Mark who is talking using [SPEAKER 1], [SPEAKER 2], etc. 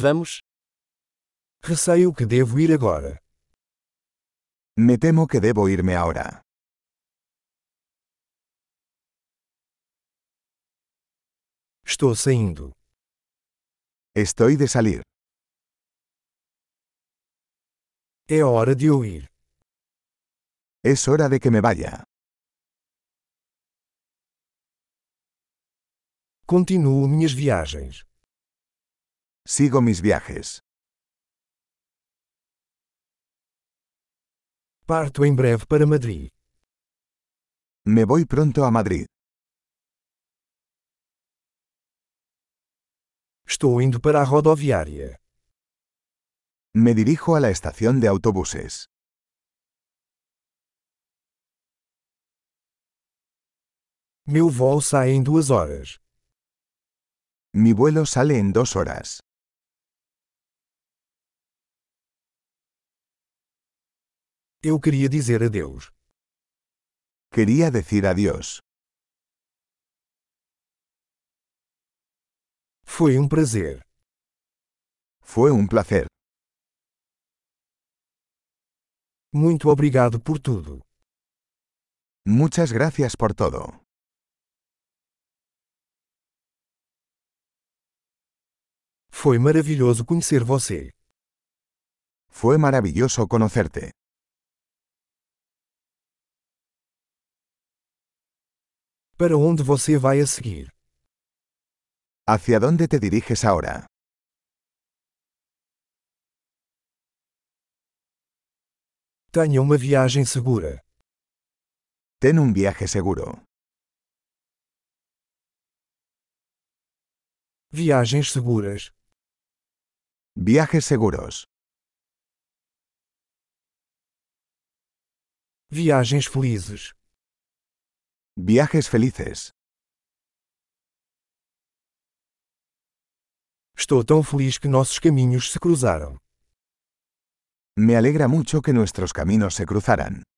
[SPEAKER 1] Vamos. Receio que devo ir agora.
[SPEAKER 2] Me temo que debo irme ahora.
[SPEAKER 1] Estou saindo.
[SPEAKER 2] Estoy de salir.
[SPEAKER 1] É hora de eu ir.
[SPEAKER 2] Es hora de que me vaya.
[SPEAKER 1] Continuo minhas viagens.
[SPEAKER 2] Sigo mis viajes.
[SPEAKER 1] Parto em breve para Madrid.
[SPEAKER 2] Me voy pronto a Madrid.
[SPEAKER 1] Estou indo para a rodoviária.
[SPEAKER 2] Me dirijo a la estación de autobuses.
[SPEAKER 1] Meu voo sai em duas horas.
[SPEAKER 2] Mi vuelo sale en dos horas.
[SPEAKER 1] Eu queria dizer adeus.
[SPEAKER 2] Quería decir adiós.
[SPEAKER 1] Foi um prazer.
[SPEAKER 2] Fue un placer.
[SPEAKER 1] Muito obrigado por tudo.
[SPEAKER 2] Muchas gracias por todo.
[SPEAKER 1] Foi maravilhoso conhecer você.
[SPEAKER 2] Fue maravilloso conocerte.
[SPEAKER 1] Para onde você vai a seguir?
[SPEAKER 2] ¿Hacia dónde te diriges ahora?
[SPEAKER 1] Tenha uma viagem segura.
[SPEAKER 2] Ten un viaje seguro.
[SPEAKER 1] Viagens seguras.
[SPEAKER 2] Viajes seguros.
[SPEAKER 1] Viagens felizes.
[SPEAKER 2] Viajes felices.
[SPEAKER 1] Estou tão feliz que nossos caminhos se cruzaram.
[SPEAKER 2] Me alegra mucho que nuestros caminos se cruzaran.